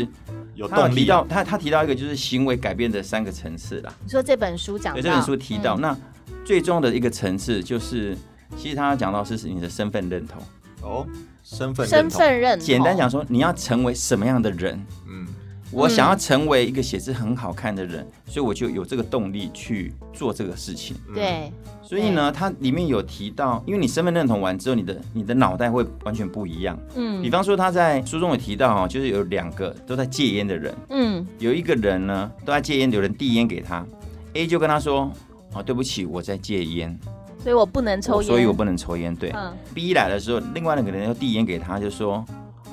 S4: 有
S3: 他有
S4: 动
S3: 提
S4: 力啊
S3: 到他他提到一个就是行为改变的三个层次啦。
S2: 你说这本书讲
S3: 对
S2: 到
S3: 这本书提到，那最终的一个层次就是，其实他讲到是你的身份认同。
S4: 哦，身份认
S2: 身
S4: 同，
S2: 份认同，
S3: 简单讲说，你要成为什么样的人？
S4: 嗯，
S3: 我想要成为一个写字很好看的人，所以我就有这个动力去做这个事情。
S4: 嗯，
S2: 对，
S3: 所以呢，它里面有提到，因为你身份认同完之后，你的你的脑袋会完全不一样。
S2: 嗯
S3: 比方说，他在书中有提到哦，就是有两个都在戒烟的人，
S2: 嗯
S3: 有一个人呢都在戒烟，有人递烟给他，A 就跟他说：“哦，对不起，我在戒烟。”
S2: 所以我不能抽
S3: 我
S2: 烟，
S3: 所以我不能抽烟。对、
S2: 嗯
S3: b 来的时候，另外那个人又递烟给他，就说：“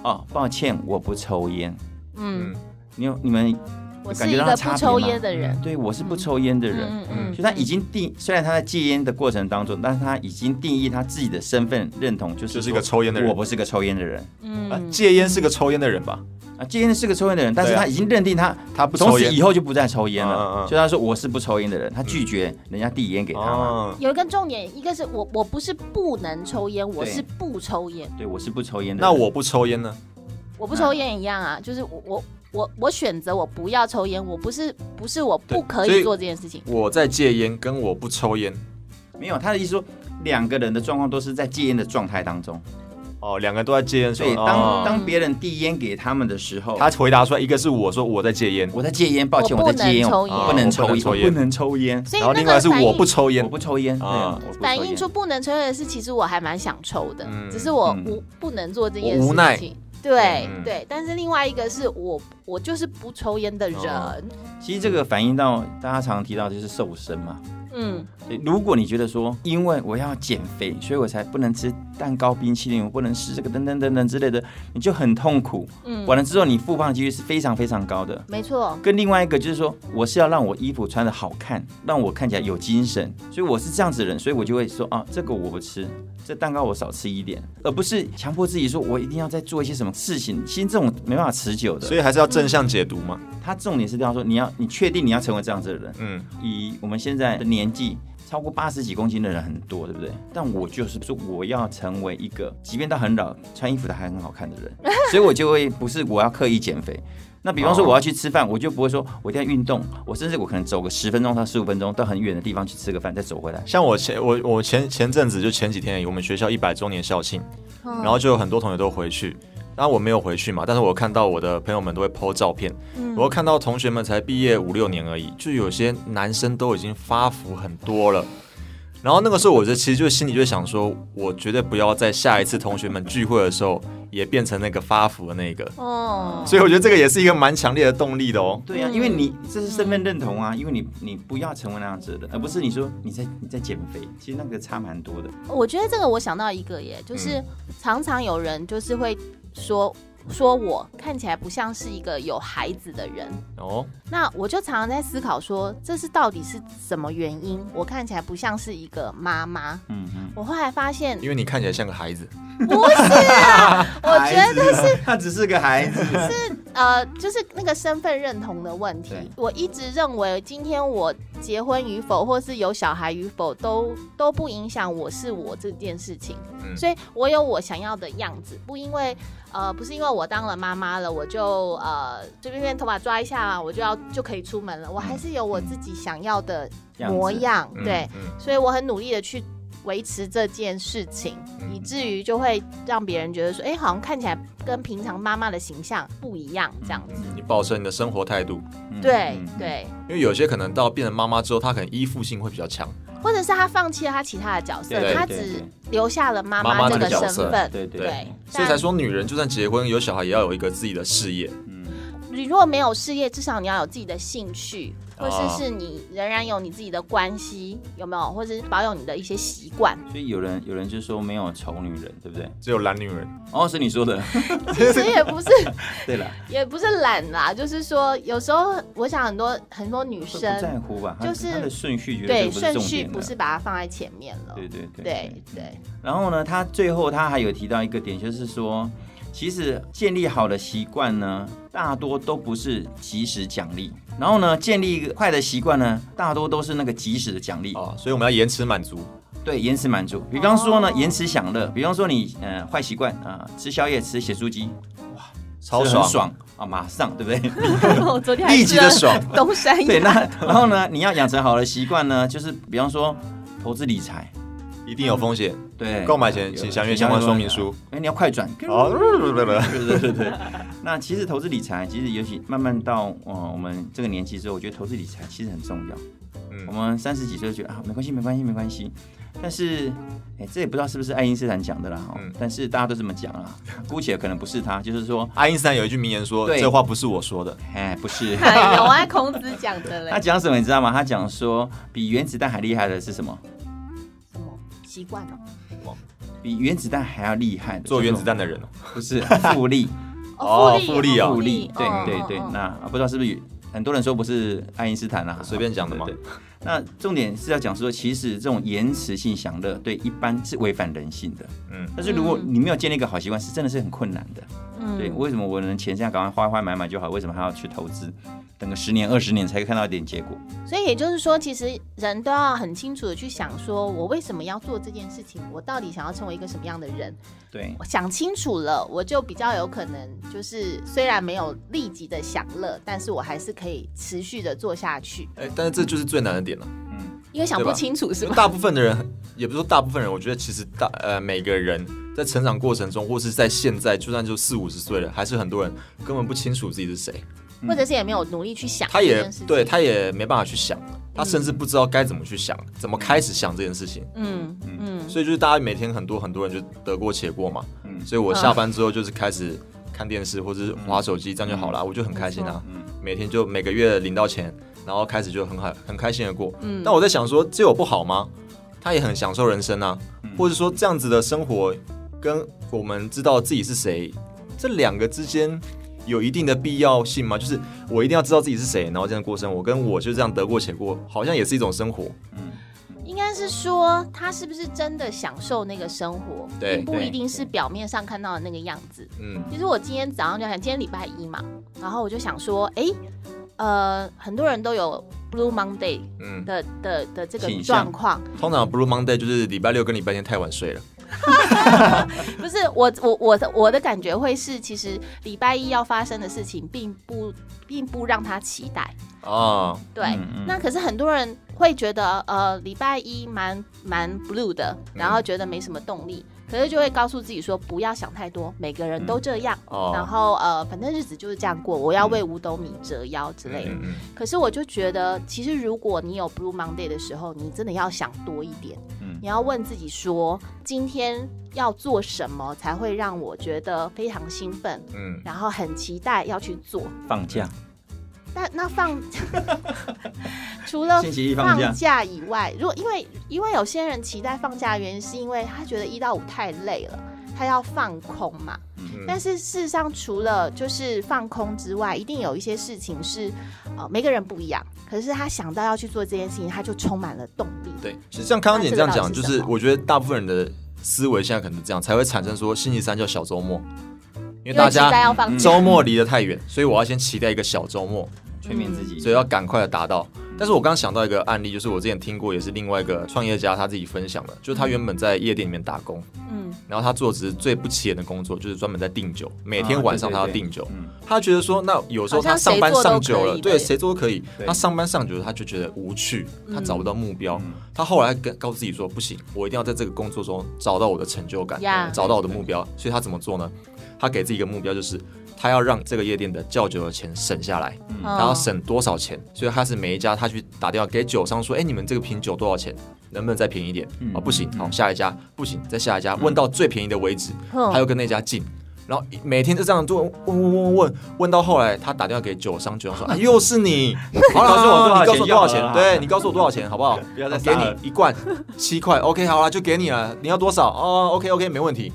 S3: 哦，抱歉，我不抽烟。
S2: 嗯，
S3: 你有你们
S2: 我是
S3: 感
S2: 一
S3: 觉到
S2: 个
S3: 它差
S2: 不抽
S3: 别嘛
S2: 烟的人，
S3: 对，我是不抽烟的人，
S2: 嗯
S3: 就他已经定，虽然他在戒烟的过程当中，但是他已经定义他自己的身份认同，就是
S4: 就是一
S3: 说
S4: 个抽烟的人
S3: 我不是个抽烟的人
S4: 啊
S3: 呃
S2: 嗯，
S4: 戒烟是个抽烟的人吧？
S3: 啊，戒烟是个抽烟的人，但是
S4: 对啊
S3: 他已经认定他
S4: 他不
S3: 从
S4: 抽
S3: 此
S4: 烟
S3: 以后就不再抽烟了，
S4: 嗯嗯嗯嗯
S3: 所以他说我是不抽烟的人，他拒绝人家递烟给他嘛，
S4: 啊，
S2: 有一个重点，一个是我我不是不能抽烟，我
S3: 对
S2: 是不抽烟，
S3: 对我是不抽烟的人。
S4: 那我不抽烟呢？
S2: 我不抽烟一样啊，就是我我我我选择我不要抽烟，我不是不是我不
S4: 对
S2: 可
S4: 所
S2: 以
S4: 以
S2: 做这件事情，
S4: 我在戒烟，跟我不抽烟，
S3: 没有他的意思说，两个人的状况都是在戒烟的状态当中，
S4: 哦，两个都在戒烟，所
S3: 所
S4: 以
S3: 以当、
S4: 哦
S3: 当别人递烟给他们的时候，
S4: 他回答出来，一个是我说我在戒烟，
S3: 我在戒烟，抱歉，
S2: 我
S3: 我
S2: 不
S3: 在戒烟，
S2: 能抽
S3: 我
S2: 烟
S3: 不能抽
S4: 哦我不能抽
S3: 烟，
S4: 烟
S3: 我不能抽烟，
S2: 所以
S4: 然后
S2: 那
S4: 另外
S2: 个
S4: 是
S2: 反
S4: 我
S2: 应
S4: 不抽烟
S3: 我，不抽烟，对
S4: 啊
S3: 我不抽
S2: 反
S3: 烟
S2: 映出不能抽烟的是，其实我还蛮想抽的，
S4: 嗯
S2: 只是我
S3: 嗯
S2: 无不能做这件
S4: 我无
S2: 事
S4: 奈
S2: 情。对、
S4: 嗯
S2: 对，但是另外一个是我我就是不抽烟的人，
S4: 哦
S3: 其实这个反映到大家常常提到就是瘦身嘛。
S2: 嗯，
S3: 所以如果你觉得说，因为我要减肥，所以我才不能吃蛋糕、冰淇淋，我不能吃这个等等等等之类的，你就很痛苦。
S2: 嗯
S3: 完了之后，你复胖的几率是非常非常高的。
S2: 没错，
S3: 跟另外一个就是说，我是要让我衣服穿的好看，让我看起来有精神，所以我是这样子的人，所以我就会说啊，这个我不吃，这蛋糕我少吃一点，而不是强迫自己说我一定要再做一些什么事情。其实这种没办法持久的
S4: 所，以还是要正向解读嘛。
S3: 它重点是这样说，你要你确定你要成为这样子的人，
S4: 嗯，
S3: 以我们现在的年纪，超过八十几公斤的人很多，对不对？但我就是说，我要成为一个，即便到很老，穿衣服的还很好看的 人，所以我就会不是我要刻意减肥。那比方说
S4: 哦
S3: 我要去吃饭，我就不会说我一定要运动，我甚至我可能走个十分钟到十五分钟到很远的地方去吃个饭，再走回来。
S4: 像我前我我前前阵子就前几天而已，我们学校一百周年校庆，
S2: 哦
S4: 然后就有很多同学都回去。当然我没有回去嘛，但是我看到我的朋友们都会 po 照片，
S2: 嗯
S4: 我又看到同学们才毕业五六年而已，就有些男生都已经发福很多了。然后那个时候，我就其实就心里就想说，我绝对不要在下一次同学们聚会的时候也变成那个发福的那个。
S2: 哦，
S4: 所以我觉得这个也是一个蛮强烈的动力的哦。
S3: 对呀、
S2: 嗯
S3: 因为你这是身份认同啊，因为你你不要成为那样子的人，而不是你说你在你在减肥，其实那个差蛮多的。
S2: 我觉得这个我想到一个耶，就是常常有人就是会说说我看起来不像是一个有孩子的人，
S4: 哦，
S2: 那我就常常在思考说，这是到底是什么原因？我看起来不像是一个妈妈。
S3: 嗯嗯，
S2: 我后来发 现
S4: 因为你看起来像个孩子，
S2: 不是啊，我觉得
S3: 得是啊他只是个孩 子，
S2: 呃，就是那个身份认同的问题
S3: 对。
S2: 我一直认为，今天我结婚与否，或是有小孩与否，都都不影响我是我这件事情。
S4: 嗯
S2: 所以我有我想要的样子，不因为呃，不是因为我当了妈妈了，我就呃随便便头发抓一下，我就要就可以出门了。我还是有我自己想要的
S3: 样子
S2: 模样，
S4: 嗯
S2: 对。
S4: 嗯
S2: 所以我很努力的去维持这件事情，
S4: 嗯
S2: 以至于就会让别人觉得说，哎、好像看起来跟平常妈妈的形象不一样，这样子。
S4: 你保持你的生活态度，
S3: 嗯
S2: 对
S3: 嗯嗯
S2: 对，
S4: 因为有些可能到变成妈妈之后，她可能依附性会比较强。
S2: 或者是他放弃了他其他的角色，
S4: 对
S2: 他
S3: 对
S2: 只
S3: 对
S2: 留下了妈
S4: 妈妈
S2: 这
S4: 这
S2: 个
S4: 个角
S2: 身
S4: 色
S2: 份。
S3: 对对
S2: 对
S3: 对，
S4: 所以才说，女人就算结婚有小孩，也要有一个自己的事业。
S3: 嗯
S2: 你如果没有事业，至少你要有自己的兴趣，或
S4: 啊
S2: 是是你仍然有你自己的关系，有没有？或者是保有你的一些习惯。
S3: 所以有人有人就说没有丑女人，对不对？
S4: 只有懒女人，
S3: 哦，是你说 的。
S2: 其实也不是，
S3: 对了，
S2: 也不是懒啦，就是说，有时候我想很多很多女
S3: 不
S2: 生
S3: 在乎吧，他
S2: 就是
S3: 他的顺序绝
S2: 对，
S3: 不是
S2: 顺
S3: 重
S2: 序
S3: 点
S2: 不
S3: 的
S2: 是把它放在前面了。
S3: 对对对
S2: 对对
S3: 然后呢，他最后他还有提到一个点，就是说，其实建立好的习惯呢，大多都不是及时奖励。然后呢，建立一个坏的习惯呢，大多都是那个及时的奖励。
S4: 哦，所以我们要延迟满足。
S3: 对，延迟满足。比方说呢
S2: 哦，
S3: 延迟享乐。比方说你呃坏习惯啊、吃宵夜、吃咸酥鸡，
S4: 超
S3: 吃得
S4: 爽
S3: 很爽啊，马上对不对？
S2: 我昨天
S4: 立即的爽，
S2: 东山
S3: 对， 那然后呢，你要养成好的习惯呢，就是比方说投资理财，
S4: 一定有风险。
S3: 对，
S4: 购买前请详阅相关说明书。
S3: 哎，你要快 转。
S4: 哦，
S3: 对对对对，那其实投资理财，其实尤其慢慢到呃我们这个年纪之后，我觉得投资理财其实很重要。我
S4: 嗯，
S3: 们三十几岁就觉得啊，没关系，没关系，没关系。但是，哎，这也不知道是不是爱因斯坦讲的啦。哦
S4: 嗯
S3: 但是大家都这么讲 啦，姑且可能不是他，就是说，
S4: 爱因斯坦有一句名言说：“
S3: 对
S4: 这话不是我说的。
S3: 哎，不是。
S2: 有啊，孔子讲的
S3: 他
S2: 嘞。
S3: 讲什么你知道吗？他讲说，比原子弹还厉害的是什么？
S2: 什么习惯呢？
S3: 比原子弹还要厉害的”
S4: 做原子弹的人哦，
S3: 不是复利，
S4: 哦复利
S2: 利
S4: 啊
S2: 哦
S3: 复利，对
S2: 嗯
S3: 对
S2: 嗯
S3: 对。
S2: 嗯
S3: 那啊不知道是不是很多人说不是爱因斯坦啊，
S4: 随便讲的嘛
S3: 对对对那重点是要讲说，其实这种延迟性享乐对一般是违反人性的。
S4: 嗯，
S3: 但是如果你没有建立一个好习惯，是真的是很困难的。
S2: 嗯
S3: 对，为什么我能钱现在赶快花花买买就好？为什么还要去投资？等个十年二十年才看到一点结果？
S2: 所以也就是说，其实人都要很清楚的去想，说我为什么要做这件事情，我到底想要成为一个什么样的人。
S3: 对，
S2: 我想清楚了，我就比较有可能，就是虽然没有立即的享乐，但是我还是可以持续的做下去，
S4: 哎、但是这就是最难的点了、
S3: 嗯，
S2: 因为想不
S4: 对吧
S2: 清楚是
S4: 因为
S2: 吗？
S4: 大部分的人，也不是说大部分人，我觉得其实大呃每个人在成长过程中，或是在现在，就算就四五十岁了，还是很多人根本不清楚自己是谁，
S3: 嗯
S2: 或者是也没有努力去想
S4: 他
S2: 这
S4: 也
S2: 件事情。
S4: 对他也没办法去想，他甚至不知道该怎么去想，怎么开始想这件事情。
S2: 嗯嗯，
S4: 所以就是大家每天很多很多人就得过且过嘛，
S3: 嗯
S4: 所以我下班之后就是开始看电视或者是划手机，这样就好啦，我就很开心啊，每天就每个月领到钱，然后开始就很好很开心的过。
S2: 嗯
S4: 但我在想说，这有不好吗？他也很享受人生啊，或者说这样子的生活跟我们知道自己是谁这两个之间。有一定的必要性吗？就是我一定要知道自己是谁，然后这样过生活，跟我就这样得过且过，好像也是一种生活。
S2: 应该是说他是不是真的享受那个生活，
S4: 对
S2: 并不
S3: 对
S2: 一定是表面上看到的那个样子。
S4: 嗯，
S2: 其实我今天早上就想，今天礼拜一嘛，然后我就想说，哎，呃，很多人都有 Blue Monday
S4: 嗯
S2: 的的的这个
S3: 倾向
S2: 状况，
S4: 通常 Blue Monday 就是礼拜六跟礼拜天太晚睡了。
S2: 不是我我我的我的感觉会是，其实礼拜一要发生的事情，并不并不让他期待。
S4: 哦，
S2: 对，
S3: 嗯嗯
S2: 那可是很多人会觉得，呃，礼拜一蛮蛮 blue 的，然后觉得没什么动力，可是就会告诉自己说，不要想太多，每个人都这样，
S4: 哦
S2: 然后呃，反正日子就是这样过，我要为五斗米折腰之类的。
S4: 嗯嗯，
S2: 可是我就觉得，其实如果你有 Blue Monday 的时候，你真的要想多一点。
S3: 嗯
S2: 你要问自己说，今天要做什么才会让我觉得非常兴奋，
S4: 嗯，
S2: 然后很期待要去做。
S3: 放假，
S2: 那那放 除了
S3: 星期一放假
S2: 放假以外，如果因为因为有些人期待放假的原因，是因为他觉得一到五太累了，他要放空嘛。
S4: 嗯
S2: 但是事实上，除了就是放空之外，一定有一些事情是，呃，每个人不一样。可是他想到要去做这件事情，他就充满了动力。
S4: 对，其实像康康姐这样讲，
S2: 那这嗯个到底
S4: 就
S2: 是
S4: 是
S2: 什么
S4: 我觉得大部分人的思维现在可能是这样，才会产生说星期三叫小周末，因为
S2: 因
S4: 大
S2: 为期待
S4: 家嗯
S2: 要放假，
S4: 周末离得太远，所以我要先期待一个小周末，
S3: 催眠自己，啊
S4: 所以要赶快的达到。但是我刚刚想到一个案例，就是我之前听过，也是另外一个创业家他自己分享的，就是他原本在夜店里面打工，
S2: 嗯
S4: 然后他做的只是最不起眼的工作，就是专门在订酒，每天
S3: 啊
S4: 晚上
S3: 对
S4: 他要
S3: 对对
S4: 订酒。
S3: 嗯
S4: 他觉得说，那有时候
S2: 好
S4: 他
S2: 像谁
S4: 上班上久
S2: 做都可
S4: 了，
S2: 以
S4: 对
S2: 对
S4: 谁做都可以。
S3: 对
S4: 他上班上久了，他就觉得无趣，他找不到目标。
S3: 嗯
S4: 他后来跟告诉自己说，不行，我一定要在这个工作中找到我的成就感
S2: Yeah
S4: 找到我的目标。所以他怎么做呢？他给自己一个目标，就是他要让这个夜店的叫酒的钱省下来。
S2: 嗯，
S4: 他要省多少钱，所以他是每一家他去打电话给酒商说，哎、你们这个瓶酒多少钱？能不能再便宜一点？
S3: 嗯
S4: 哦，不行，好，下一家不行，再下一家，问到最便宜的为止，
S2: 嗯
S4: 他又跟那家进。然后每天就这样做，问问问问问到后来，他打电话给酒商，酒商说：“啊，又是你！好了，
S3: 啊
S4: 告诉我多少
S3: 要
S4: 钱？
S3: 了
S4: 对你告诉我多少钱，好不好？
S3: 不要再
S4: 给
S3: 撒了
S4: 你一罐七块，OK，好了，就给你了。你要多少？哦，OK OK，没问题。”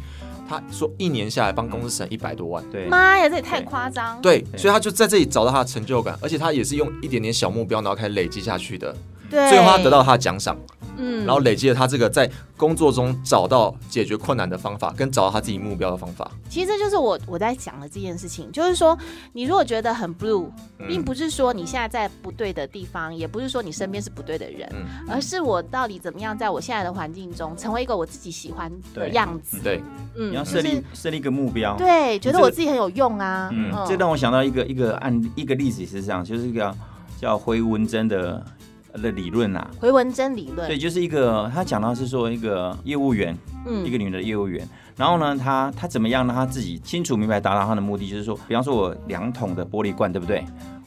S4: 他说一年下来帮公司省一百多万，
S3: 对，
S2: 妈呀，这也太夸张。，
S4: 对，所以他就在这里找到他的成就感，而且他也是用一点点小目标，然后开始累积下去的。
S2: 对
S4: 最后他得到，他的奖赏，
S2: 嗯
S4: 然后累积了他这个在工作中找到解决困难的方法，跟找到他自己目标的方法。
S2: 其实这就是我我在讲的这件事情，就是说，你如果觉得很 blue，
S4: 嗯
S2: 并不是说你现在在不对的地方，也不是说你身边是不对的人，
S4: 嗯
S2: 而是我到底怎么样在我现在的环境中成为一个我自己喜欢的
S3: 对
S2: 样子。
S4: 对，
S2: 嗯
S3: 你要
S2: 就
S3: 设
S2: 是
S3: 立设立一个目标，
S2: 对，觉
S3: 这
S2: 得
S3: 个
S2: 我自己很有用啊。
S3: 嗯，这让我想到一个一个案一个例子也是这样，就是一个叫回文珍的的理论啊，
S2: 回文针理
S3: 对，
S2: 论，
S3: 就是一个他讲到是说一个业务员，一
S2: 嗯
S3: 个女的业务员，然后呢，她她怎么样呢？她自己清楚明白达到她的目的，就是说，比方说我两桶的玻璃罐，对不对？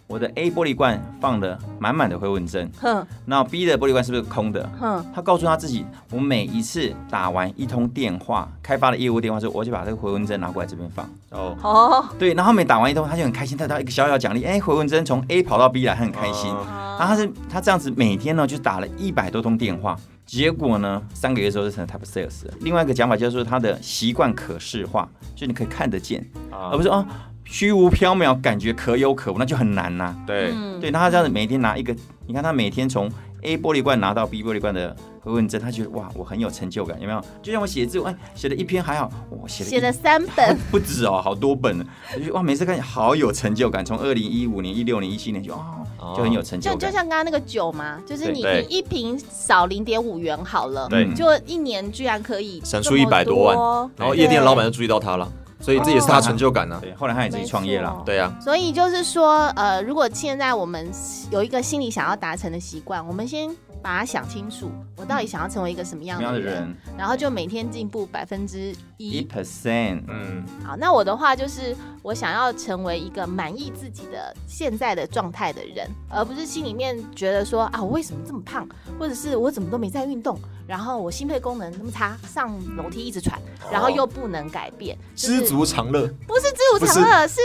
S3: 我的 A 玻璃罐放了满满的回纹针，
S2: 哼
S3: 那 B 的玻璃罐是不是空的？
S2: 哼，
S3: 她告诉她自己，我每一次打完一通电话，开发的业务电话之后，我就把这个回纹针拿过来这边放。
S4: 哦，
S2: 哦，
S3: 对，然后每打完一通，她就很开心，得到一个小小的奖励。哎，回纹针从 A 跑到 B 来，她很开心。
S4: 哦
S3: 然后她是她这样子每天呢就打了一百多通电话，结果呢三个月之后就成了 Type Sales 了。另外一个讲法就是说她的习惯可视化，就你可以看得见，而
S4: 啊
S3: 不是啊虚无缥缈，感觉可有可无，那就很难呐、
S4: 对，
S2: 嗯
S3: 对，那他这样子每天拿一个，你看他每天从 A 玻璃罐拿到 B 玻璃罐的核问证，他觉得哇，我很有成就感，有没有？就像我写字，哎，写了一篇还好，我写了一
S2: 写了三本，
S3: 不止哦，好多本呢，我就哇，每次看好有成就感。从二零一五年、一六年、一七年就哦，
S2: 啊
S3: 就很有成就
S2: 就
S3: 感。
S2: 就像刚刚那个酒嘛，就是你
S4: 对
S2: 你一瓶少零点五元好了，
S4: 对
S2: 就一年居然可以
S4: 省
S2: 这
S4: 出
S2: 么
S4: 100多万然后夜店老板就注意到他了，所以这也是他成就感呢、
S3: 对，后来他也自己创业了，
S4: 对啊呀、
S2: 所以就是说，呃，如果现在我们有一个心里想要达成的习惯，我们先把它想清楚，我到底想要成为一个什么
S3: 什
S2: 样
S3: 么样
S2: 的
S3: 的嗯
S2: 人，
S3: 人？
S2: 然后就每天进步百分之
S3: 一
S2: 一。
S3: percent，
S4: 嗯，
S2: 好，那我的话就是，我想要成为一个满意自己的现在的状态的人，而不是心里面觉得说啊，我为什么这么胖，或者是我怎么都没在运动，然后我心肺功能那么差，上楼梯一直喘，然
S3: 哦
S2: 后又不能改变，就是
S4: 知足常乐，
S2: 不是知足常乐，是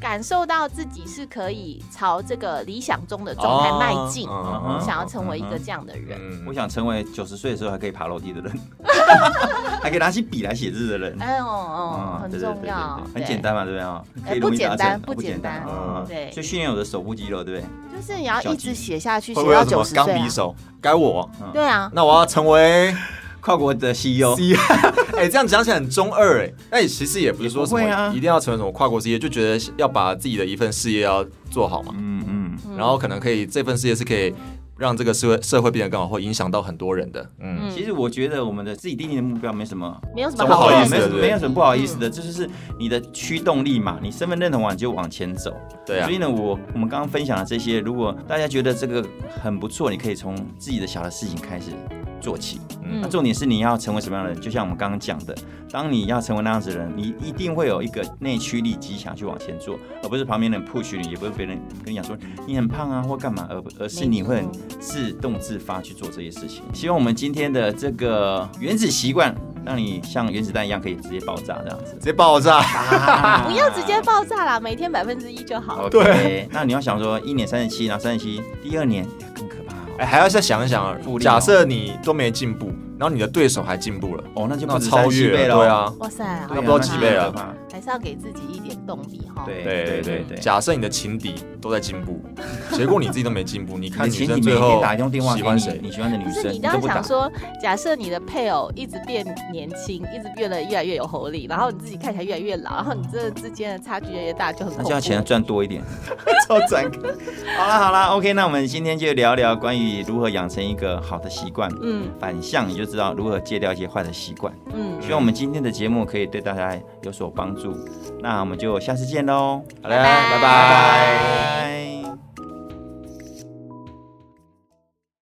S2: 感受到自己是可以朝这个理想中的状态迈进，嗯
S4: 哦
S2: 想要成为一个这样的人。
S4: 嗯
S3: 我想成为九十岁的时候还可以爬楼梯的人， 还可以拿起笔来写字的人。
S2: 哎呦哦，
S3: 嗯
S2: 很
S3: 对对对
S2: 重
S3: 对
S2: 要，
S3: 对
S2: 对
S3: 很简。单嘛，对不对啊？
S2: 哎
S3: 可以容易达成
S2: 不简单不简单
S3: 嗯
S2: 对
S3: 所以训练我的手部肌肉，对不对？
S2: 就是你要一直写下去，
S4: 会
S2: 写
S4: 不会
S2: 到
S4: 有什
S2: 九
S4: 么
S2: 十岁
S4: 钢
S2: 啊
S4: 笔。手？该我，
S2: 对啊，
S4: 那我要成 为
S3: 跨国的 E CEO，
S2: E
S4: C，哎、这样讲起来很中二哎、那也其实也不是说什么、
S3: 也不会啊
S4: 一定要成为什么跨国事业，就觉得要把自己的一份事业要做好嘛，
S3: 嗯嗯，
S2: 嗯
S4: 然后可能可以这份事业是可以让这个社会社会变得更好，或影响到很多人的。嗯，
S3: 其实我觉得我们的自己定定的目标没什么
S2: 没有什
S4: 怎
S2: 么
S4: 么
S2: 好
S4: 好
S2: 问
S4: 意思
S3: 没
S4: 的
S3: 有什
S4: 对
S3: 么
S4: 不对
S3: 没有什么不好意思的，这就是你的驱动力嘛。你身份认同完你就往前走。
S4: 对啊
S3: 所以，呢，我我们刚刚分享的这些，如果大家觉得这个很不错，你可以从自己的小的事情开始做起。
S4: 嗯
S3: 那重点是你要成为什么样的人？就像我们刚刚讲的，当你要成为那样子的人，你一定会有一个内驱力极强去往前做，而不是旁边人 push 你，也不是别人跟你讲说你很胖啊或干嘛，而而是你会很自动自发去做这些事情。希望我们今天的这个原子习惯，让你像原子弹一样可以直接爆炸这样子
S4: 直。接爆炸。
S2: 不要直接爆炸啦，每天百分之一就好。
S3: 对，那你要想说，一年三十七，然后三十七，第二年更可怕哦，
S4: 哎、还要再想一想啊
S3: 复，利哦
S4: 假设你都没进步，然后你的对手还进步了，
S3: 哦，那就不
S4: 那
S3: 止
S4: 超
S3: 37倍
S4: 越
S3: 了，
S4: 了，对，啊。
S2: 哇塞，好
S3: 对
S4: 那
S3: 啊，
S4: 不知道几倍了
S3: 那就更可
S2: 还是要给自己一点动力哈。
S3: 怕。对
S4: 对对
S3: 对
S4: 对
S3: 对
S4: 对，
S3: 对，
S4: 假设你的情敌都在进步，结果你自己都没进步，你看
S3: 你
S4: 女
S3: 前
S4: 生
S3: 几每
S4: 最
S3: 天
S4: 后
S3: 打一通电话
S4: 喜
S3: 给
S4: 欢
S3: 你
S4: 谁？
S3: 你喜欢的女
S2: 不是
S3: 生，
S2: 你
S3: 都
S2: 刚
S3: 不
S2: 刚
S3: 打
S2: 想。说，假设你的配偶一直变年轻，一直变得越来越有活力，然后你自己看起来越来越老，然后你这之间的差距越来越大，就很
S3: 那
S2: 恐
S3: 就要钱
S2: 怖。
S3: 赚多一点， 超展开。好啦好啦 o k 那我们今天就聊聊关于如何养成一个好的习惯，
S2: 嗯
S3: 反向你就知道如何戒掉一些坏的习惯。
S2: 嗯，
S3: 希望我们今天的节目可以对大家有所帮助，那我们就下次见喽，
S4: 好嘞，拜拜。